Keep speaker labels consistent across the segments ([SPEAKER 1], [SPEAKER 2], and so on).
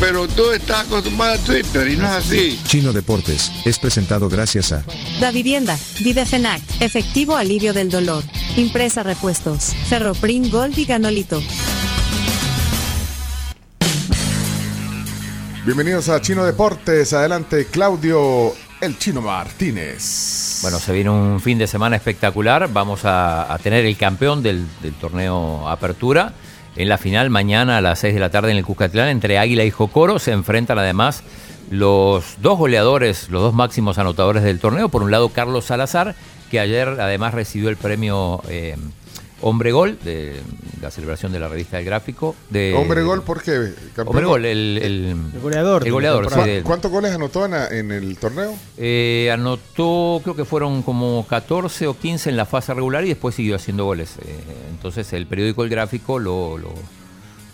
[SPEAKER 1] Pero tú estás acostumbrado a Twitter y no es así.
[SPEAKER 2] Chino Deportes es presentado gracias a
[SPEAKER 3] Da Vivienda, Videfenac, Efectivo Alivio del Dolor, Impresa Repuestos, Ferroprim Gold y Ganolito.
[SPEAKER 4] Bienvenidos a Chino Deportes. Adelante, Claudio El Chino Martínez.
[SPEAKER 5] Bueno, se viene un fin de semana espectacular. Vamos a, a tener el campeón del, del torneo Apertura. En la final, mañana a las 6 de la tarde en el Cuscatlán, entre Águila y Jocoro, se enfrentan además los dos goleadores, los dos máximos anotadores del torneo. Por un lado, Carlos Salazar, que ayer además recibió el premio eh, Hombre Gol de la celebración de la revista del gráfico. De,
[SPEAKER 4] Hombre Gol, ¿por qué?
[SPEAKER 5] Campeón? Hombre Gol, el, el,
[SPEAKER 6] El goleador.
[SPEAKER 5] el goleador. sí, de-
[SPEAKER 4] ¿Cuántos goles anotó en, la- en el torneo?
[SPEAKER 5] eh, anotó, creo que fueron como 14 o 15 en la fase regular y después siguió haciendo goles. Eh, entonces el periódico El Gráfico lo, lo,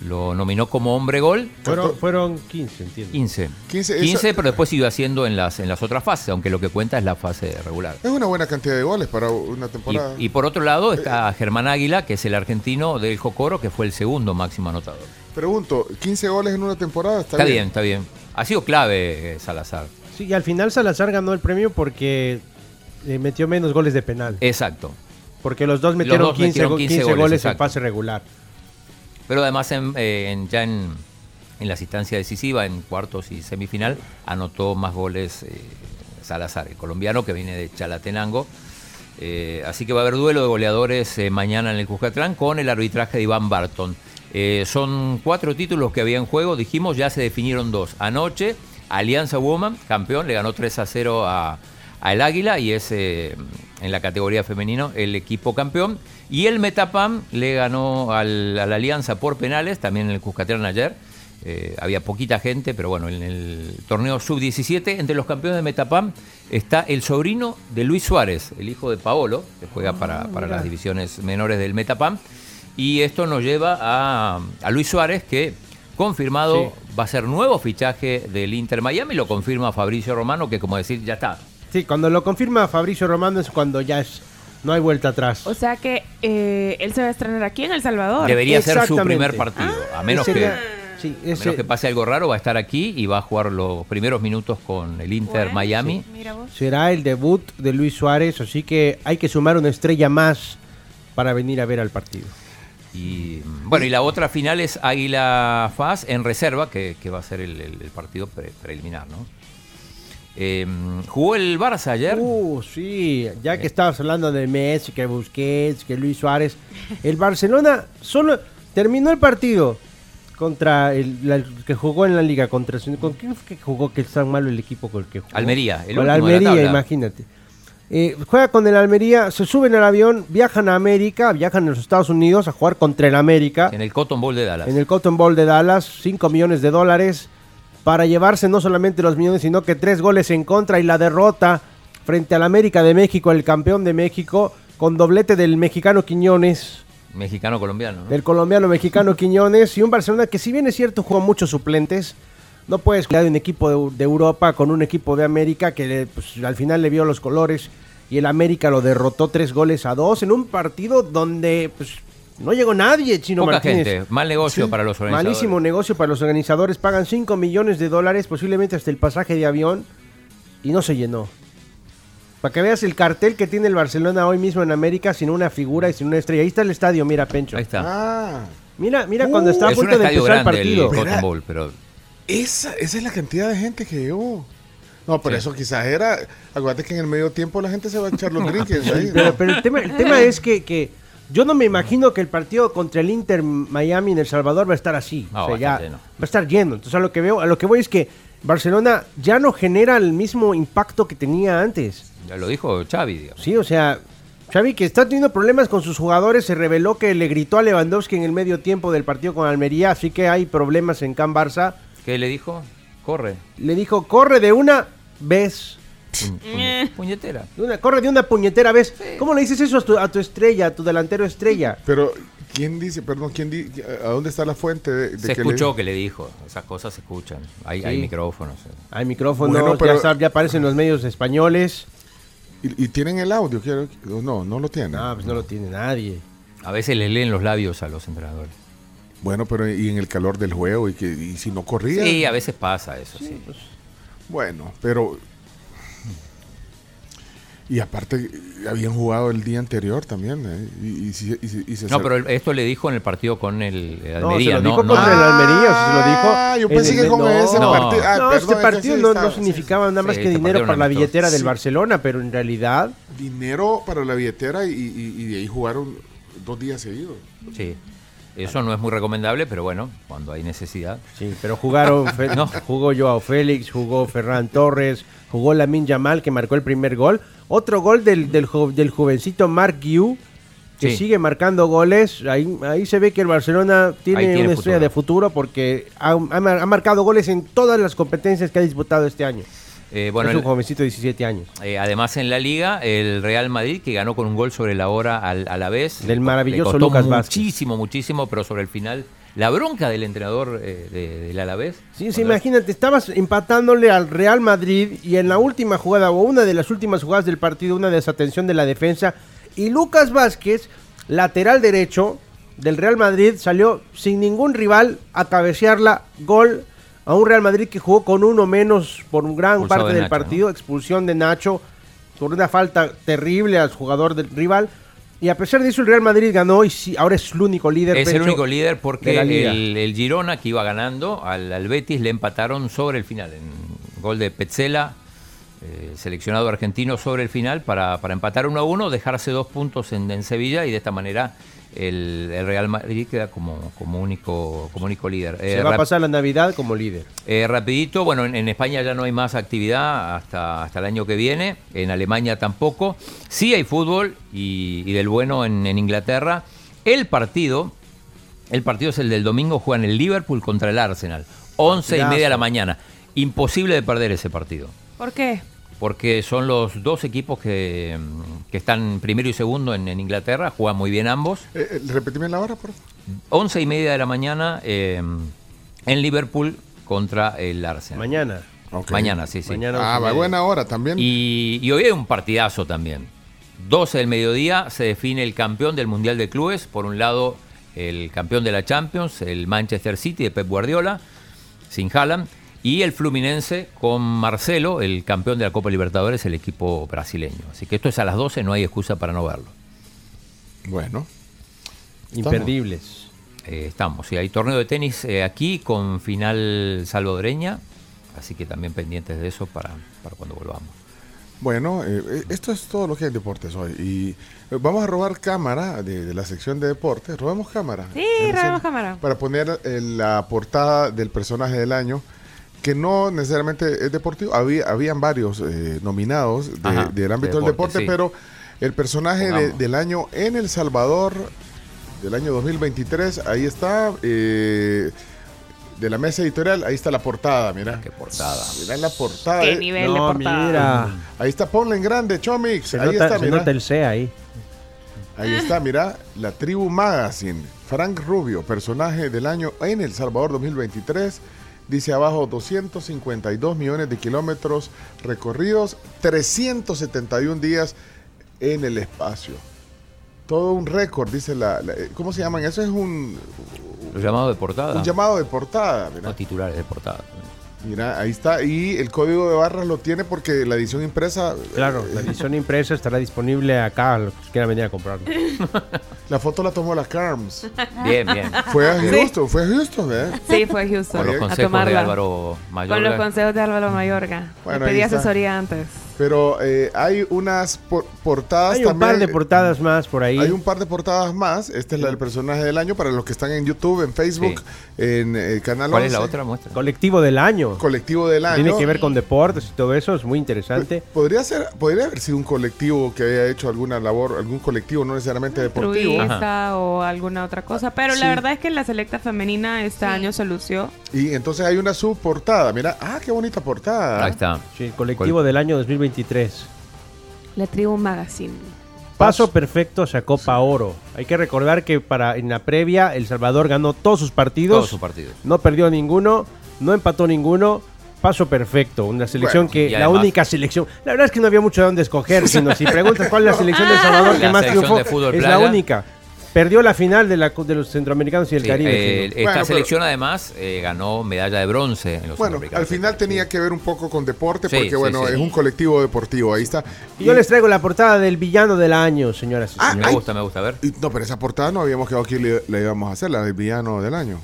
[SPEAKER 5] lo nominó como hombre gol.
[SPEAKER 6] Fueron, fueron 15, entiendo.
[SPEAKER 5] 15.
[SPEAKER 4] 15,
[SPEAKER 5] 15,
[SPEAKER 4] eso-
[SPEAKER 5] pero después siguió haciendo en las, en las otras fases, aunque lo que cuenta es la fase regular.
[SPEAKER 4] Es una buena cantidad de goles para una
[SPEAKER 5] Y,
[SPEAKER 4] temporada.
[SPEAKER 5] y por Eh, otro lado está Germán Águila, que es el argentino del Jocoro, que fue el segundo máximo anotador.
[SPEAKER 4] Pregunto, ¿15 goles en una temporada? Está,
[SPEAKER 5] Está, bien. está bien. Ha sido clave eh, Salazar.
[SPEAKER 6] Sí, y al final Salazar ganó el premio porque eh, metió menos goles de penal.
[SPEAKER 5] Exacto.
[SPEAKER 6] Porque los dos metieron,
[SPEAKER 5] Eh, dos
[SPEAKER 6] 15,
[SPEAKER 5] metieron
[SPEAKER 6] go-
[SPEAKER 5] 15
[SPEAKER 6] 15 goles,
[SPEAKER 5] goles,
[SPEAKER 6] en
[SPEAKER 5] exacto.
[SPEAKER 6] pase regular.
[SPEAKER 5] Pero además en- eh, en- ya en, en la asistencia decisiva, en cuartos y semifinal, anotó más goles eh, Salazar, el colombiano que viene de Chalatenango. Eh, así que va a haber duelo de goleadores eh, mañana en el Cuscatlán con el arbitraje de Iván Barton. Eh, son cuatro títulos que había en juego, dijimos, ya se definieron dos. Anoche, Alianza Woman, campeón, le ganó 3 a 0 a, a El Águila y es eh, en la categoría femenino el equipo campeón. Y el Metapam le ganó al, a la Alianza por penales, también en el Cuscatlán ayer. Eh, había poquita gente, pero bueno, en el torneo sub-17, entre los campeones de Metapam está el sobrino de Luis Suárez, el hijo de Paolo, que juega
[SPEAKER 6] Ah,
[SPEAKER 5] para, para las divisiones menores del Metapam. Y esto nos lleva a, a Luis Suárez, que confirmado va a ser nuevo fichaje del Inter Miami, lo confirma Fabricio Romano, que como decir, ya está,
[SPEAKER 6] Sí, cuando lo confirma Fabricio Romano es cuando ya es, no hay vuelta atrás.
[SPEAKER 7] O sea que eh, él se va a estrenar aquí en El Salvador.
[SPEAKER 5] Debería ser su
[SPEAKER 6] Exactamente. Ah,
[SPEAKER 5] primer partido, a menos,
[SPEAKER 6] Ese
[SPEAKER 5] que,
[SPEAKER 6] era-
[SPEAKER 5] a
[SPEAKER 6] sí,
[SPEAKER 5] menos
[SPEAKER 6] ese-
[SPEAKER 5] que pase algo raro, va a estar aquí y va a jugar los primeros minutos con el Inter
[SPEAKER 7] Bueno,
[SPEAKER 5] Miami.
[SPEAKER 7] Mira vos.
[SPEAKER 6] será el debut de Luis Suárez, así que hay que sumar una estrella más para venir a ver al partido.
[SPEAKER 5] Y bueno, y la otra final es Águila Faz en reserva, que, que va a ser el, el- el partido pre- preliminar, ¿no? Eh, jugó el Barça ayer. Eh.
[SPEAKER 6] Uh, sí, ya que estabas hablando de Messi, que Busquets, que Luis Suárez, el Barcelona solo terminó el partido contra el, la- el que jugó en la liga contra con quién fue que jugó que es tan malo el equipo con el que jugó?
[SPEAKER 5] Almería, el
[SPEAKER 6] Con
[SPEAKER 5] último de la
[SPEAKER 6] Almería,
[SPEAKER 5] tabla.
[SPEAKER 6] imagínate. Eh, juega con el Almería, se suben al avión, viajan a América, viajan a los Estados Unidos a jugar contra el América
[SPEAKER 5] En el Cotton Bowl de Dallas.
[SPEAKER 6] Uh, en el Cotton Bowl de Dallas, 5 millones de dólares, para llevarse no solamente los millones, sino que tres goles en contra y la derrota frente al América de México, el campeón de México, con doblete del mexicano Quiñones,
[SPEAKER 5] Mexicano-colombiano. ¿no?
[SPEAKER 6] del colombiano mexicano Quiñones, y un Barcelona que si bien es cierto jugó muchos suplentes, no puedes cuidar de un equipo de, de Europa con un equipo de América que le- pues, al final le vio los colores y el América lo derrotó tres goles a dos en un partido donde pues, no llegó nadie, Chino
[SPEAKER 5] Poca
[SPEAKER 6] Martínez.
[SPEAKER 5] gente, mal negocio
[SPEAKER 4] Sí,
[SPEAKER 5] para los organizadores.
[SPEAKER 6] Malísimo negocio para los organizadores. Pagan 5 millones de dólares, posiblemente hasta el pasaje de avión, y no se llenó. Para que veas el cartel que tiene el Barcelona hoy mismo en América, sin una figura y sin una estrella. Ahí está el estadio, mira, Pencho.
[SPEAKER 5] Ahí está.
[SPEAKER 4] Ah,
[SPEAKER 6] Mira, mira cuando está a
[SPEAKER 5] es un
[SPEAKER 6] punto de
[SPEAKER 5] estadio
[SPEAKER 6] empezar el
[SPEAKER 5] grande el
[SPEAKER 6] partido.
[SPEAKER 5] Cotton
[SPEAKER 4] Verá.
[SPEAKER 5] Bowl, pero
[SPEAKER 4] esa, esa es la cantidad de gente que llevó. No, pero eso quizás era. Acuérdate que en el medio tiempo la gente se va a echar los drinks ahí.
[SPEAKER 6] Pero, pero el, tema, el tema es que, que yo no me imagino que el partido contra el Inter Miami en El Salvador va a estar así. O
[SPEAKER 5] No,
[SPEAKER 6] sea,
[SPEAKER 5] va a
[SPEAKER 6] ya
[SPEAKER 5] estar lleno.
[SPEAKER 6] va a estar lleno. Entonces a lo que veo, a lo que voy es que Barcelona ya no genera el mismo impacto que tenía antes.
[SPEAKER 5] ya lo dijo Xavi, digamos.
[SPEAKER 6] Sí, o sea, Xavi que está teniendo problemas con sus jugadores, se reveló que le gritó a Lewandowski en el medio tiempo del partido con Almería, así que hay problemas en Can Barça.
[SPEAKER 5] ¿Qué le dijo? Corre.
[SPEAKER 6] Le dijo, corre de una vez.
[SPEAKER 5] Puñ- puñ- puñetera.
[SPEAKER 6] De una- corre de una puñetera vez. ¿Cómo le dices eso a tu, a tu estrella, a tu delantero estrella?
[SPEAKER 4] Pero, ¿quién dice, perdón, quién di- a dónde está la fuente de, de
[SPEAKER 5] Se
[SPEAKER 4] que le-
[SPEAKER 5] escuchó que le dijo. Esas cosas se escuchan. Hay, hay
[SPEAKER 6] Sí.
[SPEAKER 5] micrófonos.
[SPEAKER 6] Hay micrófonos,
[SPEAKER 4] Bueno,
[SPEAKER 6] ya
[SPEAKER 4] pero-
[SPEAKER 6] está- ya, aparecen los medios españoles.
[SPEAKER 4] y, y tienen el audio, quiero, no, no lo tienen.
[SPEAKER 5] Ah,
[SPEAKER 6] No, pues no lo tiene nadie.
[SPEAKER 5] A veces les leen los labios a los entrenadores.
[SPEAKER 4] Bueno, pero y en el calor del juego y que y si no corría.
[SPEAKER 5] Sí, a veces pasa eso. sí.
[SPEAKER 4] Bueno, pero y aparte habían jugado el día anterior también eh, y, y si- y si- y se
[SPEAKER 5] No, pero el- esto le dijo en el partido con el el
[SPEAKER 6] No,
[SPEAKER 5] Almería.
[SPEAKER 6] se lo
[SPEAKER 5] No,
[SPEAKER 6] dijo
[SPEAKER 5] no,
[SPEAKER 6] contra el Almería, se lo dijo.
[SPEAKER 4] Ah, yo
[SPEAKER 6] en
[SPEAKER 4] pensé
[SPEAKER 6] el-
[SPEAKER 4] que con ese
[SPEAKER 5] no.
[SPEAKER 4] partido.
[SPEAKER 6] no,
[SPEAKER 4] Ah, perdón,
[SPEAKER 6] este
[SPEAKER 4] es que
[SPEAKER 6] partido
[SPEAKER 4] sí
[SPEAKER 6] no,
[SPEAKER 4] estaba-
[SPEAKER 6] no significaba nada más
[SPEAKER 5] Sí,
[SPEAKER 6] que
[SPEAKER 5] este
[SPEAKER 6] dinero
[SPEAKER 5] partido
[SPEAKER 6] para
[SPEAKER 5] no
[SPEAKER 6] la
[SPEAKER 5] anotó.
[SPEAKER 6] billetera del
[SPEAKER 4] Sí.
[SPEAKER 6] Barcelona, pero en realidad
[SPEAKER 4] dinero para la billetera y, y- y de ahí jugaron dos días seguidos.
[SPEAKER 5] sí. Eso no es muy recomendable, pero bueno, cuando hay necesidad.
[SPEAKER 6] Sí, pero jugaron, Fe-
[SPEAKER 5] No.
[SPEAKER 6] jugó Joao Félix, jugó Ferran Torres, jugó Lamin Yamal que marcó el primer gol. Otro gol del, del, jo- del jovencito Mark Yu, que
[SPEAKER 5] Sí.
[SPEAKER 6] sigue marcando goles. Ahí, ahí se ve que el Barcelona tiene,
[SPEAKER 5] Ahí tiene
[SPEAKER 6] una estrella
[SPEAKER 5] futuro.
[SPEAKER 6] de futuro porque ha, ha mar- ha marcado goles en todas las competencias que ha disputado este año.
[SPEAKER 5] Eh, bueno,
[SPEAKER 6] es un
[SPEAKER 5] el-
[SPEAKER 6] jovencito de 17 años.
[SPEAKER 5] eh, además en la liga, el Real Madrid que ganó con un gol sobre la hora al, a la vez.
[SPEAKER 6] Del
[SPEAKER 5] Le co-
[SPEAKER 6] maravilloso
[SPEAKER 5] le costó
[SPEAKER 6] Lucas Vázquez.
[SPEAKER 5] Muchísimo, muchísimo, pero sobre el final, la bronca del entrenador eh, de- del Alavés.
[SPEAKER 6] Sí, sí,
[SPEAKER 5] Cuando-
[SPEAKER 6] imagínate, estabas empatándole al Real Madrid y en la última jugada o una de las últimas jugadas del partido, una desatención de la defensa y Lucas Vázquez, lateral derecho del Real Madrid, salió sin ningún rival a cabecearla, gol a un Real Madrid que jugó con uno menos por un gran
[SPEAKER 5] Expulsado
[SPEAKER 6] parte
[SPEAKER 5] de
[SPEAKER 6] del
[SPEAKER 5] Nacho,
[SPEAKER 6] partido, expulsión de Nacho por una falta terrible al jugador del rival. Y a pesar de eso, el Real Madrid ganó y sí, ahora es el único líder.
[SPEAKER 5] Es el
[SPEAKER 6] Pencho,
[SPEAKER 5] único líder
[SPEAKER 6] de
[SPEAKER 5] porque
[SPEAKER 6] la liga.
[SPEAKER 5] el, el Girona que iba ganando al, al Betis le empataron sobre el final. En gol de Petzela, eh, seleccionado argentino sobre el final para, para empatar 1 a 1, dejarse dos puntos en, en Sevilla y de esta manera el, el Real Madrid queda como, como, único, como único líder. Eh,
[SPEAKER 6] Se va a
[SPEAKER 5] rap-
[SPEAKER 6] pasar la Navidad como líder.
[SPEAKER 5] eh, rapidito, bueno, en, en España ya no hay más actividad hasta, hasta el año que viene, en Alemania tampoco. Sí hay fútbol y, y del bueno en, en Inglaterra. El partido, el partido es el del domingo, juegan el Liverpool contra el Arsenal, 11 y media de la mañana. Imposible de perder ese partido,
[SPEAKER 7] ¿Por qué?
[SPEAKER 5] porque son los dos equipos que, mm, que están primero y segundo en, en Inglaterra, juegan muy bien ambos.
[SPEAKER 4] Eh, eh, repetime la hora, por favor.
[SPEAKER 5] 11 y media de la mañana eh, en Liverpool contra el Arsenal.
[SPEAKER 6] Mañana.
[SPEAKER 4] Ok.
[SPEAKER 5] Mañana, sí, sí.
[SPEAKER 6] Mañana
[SPEAKER 4] Ah, va buena hora también.
[SPEAKER 5] Y, y hoy hay un partidazo también. 12 del mediodía se define el campeón del Mundial de Clubes. Por un lado, el campeón de la Champions, el Manchester City de Pep Guardiola, sin Haaland. Y el Fluminense con Marcelo, el campeón de la Copa Libertadores, el equipo brasileño. Así que esto es a las 12, no hay excusa para no verlo.
[SPEAKER 4] Bueno,
[SPEAKER 6] Imperdibles.
[SPEAKER 5] Eh, estamos. Y hay torneo de tenis eh, aquí con final salvadoreña. Así que también pendientes de eso para, para cuando volvamos.
[SPEAKER 4] bueno, eh, eh, esto es todo lo que hay en deportes hoy. Y eh, vamos a robar cámara de, de la sección de deportes. Robemos cámara.
[SPEAKER 7] Sí,
[SPEAKER 4] En la
[SPEAKER 7] robemos
[SPEAKER 4] sección-
[SPEAKER 7] cámara.
[SPEAKER 4] Para poner eh, la portada del personaje del año, que no necesariamente es deportivo. Había, habían varios eh, nominados de-
[SPEAKER 5] Ajá,
[SPEAKER 4] del ámbito del
[SPEAKER 5] deporte,
[SPEAKER 4] deporte,
[SPEAKER 5] sí.
[SPEAKER 4] pero el personaje de-
[SPEAKER 5] Pongamos.
[SPEAKER 4] del año en El Salvador, del año 2023, ahí está. eh, de la mesa editorial, ahí está la portada, mira.
[SPEAKER 5] Qué portada.
[SPEAKER 4] Mirá la portada.
[SPEAKER 7] ¿Qué
[SPEAKER 4] eh.
[SPEAKER 7] nivel de portada?
[SPEAKER 6] mira.
[SPEAKER 4] Ahí está, ponla en grande, Chomix.
[SPEAKER 6] Se
[SPEAKER 4] ahí
[SPEAKER 6] nota,
[SPEAKER 4] está,
[SPEAKER 6] se
[SPEAKER 4] mira.
[SPEAKER 6] nota el C ahí.
[SPEAKER 4] Ahí está, mira. La Tribu Magazine. Frank Rubio, personaje del año en El Salvador 2023. Dice abajo 252 millones de kilómetros recorridos, 371 días en el espacio. Todo un récord, dice la, la- eh, ¿Cómo se llaman? Eso es un,
[SPEAKER 5] Los llamados de portada.
[SPEAKER 4] un
[SPEAKER 6] Ah.
[SPEAKER 4] llamado de portada. mira.
[SPEAKER 5] No titulares de portada.
[SPEAKER 4] Mira, ahí está. Y el código de barras lo tiene porque la edición impresa.
[SPEAKER 6] Claro, la edición impresa estará disponible acá a los que quieran venir a comprarlo.
[SPEAKER 4] La foto la tomó la Carms.
[SPEAKER 5] Bien, bien.
[SPEAKER 4] Fue a Houston, fue a Houston, ¿eh?
[SPEAKER 7] Sí, fue a Houston.
[SPEAKER 5] Con los
[SPEAKER 7] a
[SPEAKER 5] consejos de
[SPEAKER 7] tomarla.
[SPEAKER 5] Álvaro Mayor.
[SPEAKER 7] Con los consejos de Álvaro Mayorga.
[SPEAKER 4] Bueno,
[SPEAKER 7] Le pedí
[SPEAKER 4] ahí está.
[SPEAKER 7] asesoría antes.
[SPEAKER 4] Pero eh, hay unas por- portadas
[SPEAKER 6] Hay un
[SPEAKER 4] también.
[SPEAKER 6] par de portadas más por ahí.
[SPEAKER 4] Hay un par de portadas más. Esta es la del personaje del año para los que están en YouTube, en Facebook, en el canal
[SPEAKER 5] ¿Cuál es la
[SPEAKER 4] 11,
[SPEAKER 5] otra muestra?
[SPEAKER 6] Colectivo del año.
[SPEAKER 4] Colectivo del año.
[SPEAKER 6] Tiene que ver con deportes y todo eso, es muy interesante.
[SPEAKER 4] Podría ser, podría haber sido un colectivo que haya hecho alguna labor, algún colectivo no necesamente deportivo,
[SPEAKER 7] futbolista o alguna otra cosa. Pero la verdad es que la selecta femenina este año se lució.
[SPEAKER 4] Y entonces hay una subportada. Mira, ah, qué bonita portada.
[SPEAKER 5] Ahí está.
[SPEAKER 6] Sí, colectivo del año 2023.
[SPEAKER 7] La tribu magazine.
[SPEAKER 6] Paso perfecto hacia Copa Oro. Hay que recordar que para en la previa El Salvador ganó todos sus partidos.
[SPEAKER 5] Todos sus partidos.
[SPEAKER 6] No perdió ninguno, no empató ninguno. Paso perfecto, una selección
[SPEAKER 4] Bueno,
[SPEAKER 6] que
[SPEAKER 5] y
[SPEAKER 6] la
[SPEAKER 5] además-
[SPEAKER 6] única selección. La verdad es que no había mucho de dónde escoger, sino si preguntas cuál es la selección de El Salvador que
[SPEAKER 5] Ah. La
[SPEAKER 6] más
[SPEAKER 5] selección
[SPEAKER 6] triunfó,
[SPEAKER 5] de fútbol
[SPEAKER 6] es la
[SPEAKER 5] playa.
[SPEAKER 6] única. Perdió la final de, la, de los centroamericanos y el
[SPEAKER 5] Sí,
[SPEAKER 6] Caribe.
[SPEAKER 5] eh,
[SPEAKER 6] sino.
[SPEAKER 5] esta
[SPEAKER 4] Bueno, pero-
[SPEAKER 5] selección además eh, ganó medalla de bronce en los
[SPEAKER 4] Bueno,
[SPEAKER 5] Panamericanos.
[SPEAKER 4] al final tenía que ver un poco con deporte,
[SPEAKER 5] Sí,
[SPEAKER 4] porque
[SPEAKER 5] sí,
[SPEAKER 4] bueno,
[SPEAKER 5] sí.
[SPEAKER 4] es un colectivo deportivo, ahí está.
[SPEAKER 6] Y yo les traigo la portada del villano del año, señoras y
[SPEAKER 4] Ah,
[SPEAKER 6] señores.
[SPEAKER 5] Me
[SPEAKER 4] ay.
[SPEAKER 5] gusta, me gusta. A ver.
[SPEAKER 4] y- no, pero esa portada no habíamos quedado aquí, le- la íbamos a hacer, la del villano del año.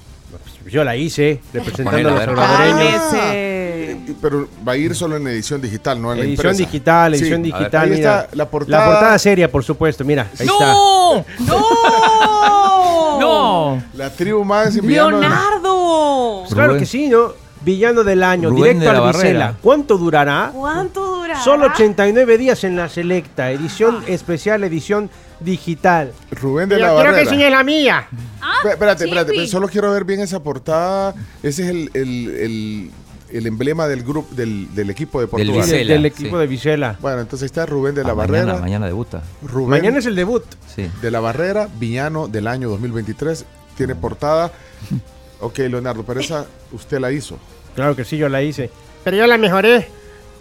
[SPEAKER 6] Yo la hice representando
[SPEAKER 5] Ponela,
[SPEAKER 6] a los
[SPEAKER 5] a ver. Ah,
[SPEAKER 6] salvadoreños.
[SPEAKER 7] ese.
[SPEAKER 4] Ah, Y- Pero va a ir solo en edición digital, no en la
[SPEAKER 6] Edición
[SPEAKER 4] impresa.
[SPEAKER 6] digital,
[SPEAKER 4] Sí,
[SPEAKER 6] edición
[SPEAKER 4] a ver.
[SPEAKER 6] digital.
[SPEAKER 4] Ahí
[SPEAKER 6] mira.
[SPEAKER 4] está la portada.
[SPEAKER 6] seria, por supuesto, mira. Ahí
[SPEAKER 8] ¡No! ¡No! ¡No!
[SPEAKER 4] La tribu más sin villano del-
[SPEAKER 7] ¡Leonardo!
[SPEAKER 6] está. Pues Claro
[SPEAKER 5] Rubén.
[SPEAKER 6] que sí, ¿no? Villano del año,
[SPEAKER 5] Rubén
[SPEAKER 6] directo
[SPEAKER 5] de la
[SPEAKER 6] al Vicela.
[SPEAKER 5] Barrera.
[SPEAKER 6] ¿Cuánto durará?
[SPEAKER 7] ¿Cuánto dura?
[SPEAKER 6] Solo 89 días en la selecta, edición especial, edición digital.
[SPEAKER 4] Rubén de la Barrera.
[SPEAKER 6] la mía.
[SPEAKER 4] Espera- Espérate, espérate, pero solo quiero ver bien esa portada. Ese es el, el- el- el emblema del grupo del, del equipo de Portugal.
[SPEAKER 5] Vicela.
[SPEAKER 6] Del, del equipo
[SPEAKER 5] sí.
[SPEAKER 6] de Vicela.
[SPEAKER 4] Bueno, entonces ahí está Rubén de la
[SPEAKER 5] Ah,
[SPEAKER 4] Barrera.
[SPEAKER 5] Mañana, mañana debuta.
[SPEAKER 4] Rubén
[SPEAKER 6] Mañana es el debut.
[SPEAKER 5] Sí.
[SPEAKER 4] de la Barrera, Villano del año 2023, tiene portada. Ok, Leonardo, pero esa usted la hizo.
[SPEAKER 6] Claro que sí, yo la hice. Ah. Pero yo la mejoré.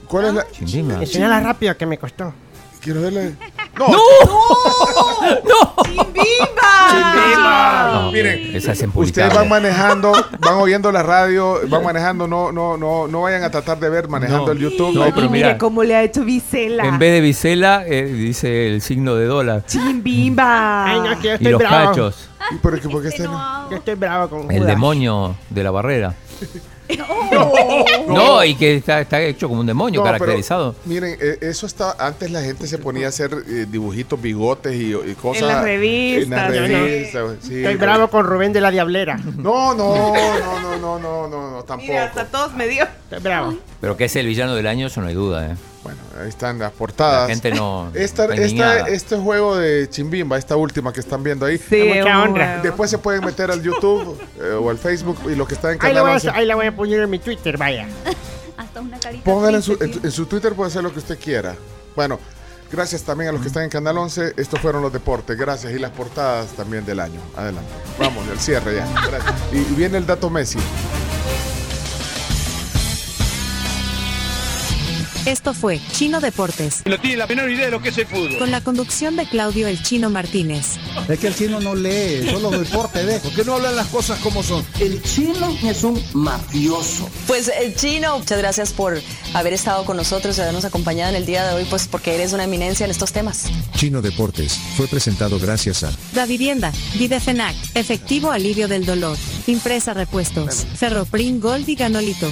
[SPEAKER 4] ¿Cuál
[SPEAKER 5] Ah,
[SPEAKER 4] es la?
[SPEAKER 5] Chimbinga.
[SPEAKER 6] Enseñala rápida que me costó.
[SPEAKER 4] Quiero verla. No,
[SPEAKER 5] No,
[SPEAKER 4] Ah, miren,
[SPEAKER 5] Esa es
[SPEAKER 4] ustedes van
[SPEAKER 5] impublicable.
[SPEAKER 4] manejando, van oyendo la radio, van manejando, no, no, no, no vayan a tratar de ver manejando el YouTube.
[SPEAKER 5] No,
[SPEAKER 4] Ahí-
[SPEAKER 5] pero mira.
[SPEAKER 7] cómo le ha hecho Vicela.
[SPEAKER 5] En vez de Vicela, eh, dice el signo de dólar.
[SPEAKER 7] Chimbimba.
[SPEAKER 6] yo
[SPEAKER 5] Y los cachos.
[SPEAKER 4] ¿Y por qué, por qué este no?
[SPEAKER 6] Yo estoy bravo con
[SPEAKER 5] El
[SPEAKER 6] Judas.
[SPEAKER 5] demonio de la barrera. No, y que está, está hecho como un demonio
[SPEAKER 4] No, pero,
[SPEAKER 5] caracterizado.
[SPEAKER 4] miren, eh, eso está. Antes la gente se ponía a hacer eh, dibujitos, bigotes y, y cosas.
[SPEAKER 7] En las revistas,
[SPEAKER 4] En las
[SPEAKER 7] sí.
[SPEAKER 4] revistas, sí.
[SPEAKER 6] con Rubén de la Diablera.
[SPEAKER 4] No, no, no, no, no, no, no, no, tampoco.
[SPEAKER 7] Mira, hasta todos me dio.
[SPEAKER 6] Estoy bravo.
[SPEAKER 5] Pero que es el villano del año, eso no hay duda. ¿eh?
[SPEAKER 4] Bueno, ahí están las
[SPEAKER 5] La
[SPEAKER 4] portadas.
[SPEAKER 5] gente no.
[SPEAKER 4] Ah, Esta-
[SPEAKER 5] está
[SPEAKER 4] esta-
[SPEAKER 5] indignada.
[SPEAKER 4] este juego de Chimbimba, esta última que están viendo ahí. em,
[SPEAKER 6] mucha
[SPEAKER 7] un
[SPEAKER 6] honra.
[SPEAKER 7] huevo.
[SPEAKER 4] Después se pueden meter al YouTube eh, o al Facebook y lo que está en canal. once.
[SPEAKER 6] poner en mi Twitter, vaya.
[SPEAKER 9] Hasta una carita.
[SPEAKER 4] Póngala en su,
[SPEAKER 9] triste,
[SPEAKER 4] en,
[SPEAKER 9] tío.
[SPEAKER 4] en su Twitter, puede hacer lo que usted quiera. Bueno, gracias también a los que están en Canal 11. Estos fueron los deportes, gracias. Y las portadas también del año. Adelante. Vamos, el cierre ya. Gracias. Y, y viene el dato Messi.
[SPEAKER 3] Esto fue Chino Deportes,
[SPEAKER 10] No tiene la menor idea de lo que es el fútbol.
[SPEAKER 3] con la conducción de Claudio El Chino Martínez.
[SPEAKER 11] Es que el chino no lee, solo deporte ve. ¿Por qué no hablan las cosas como son?
[SPEAKER 12] El chino es un mafioso.
[SPEAKER 9] Pues eh, Chino, muchas gracias por haber estado con nosotros y habernos acompañado en el día de hoy, pues porque eres una eminencia en estos temas.
[SPEAKER 2] Chino Deportes fue presentado gracias a
[SPEAKER 3] Da Vivienda, Videfenac, Efectivo Alivio del Dolor, Impresa Repuestos, Ferroprim Gold y Ganolito.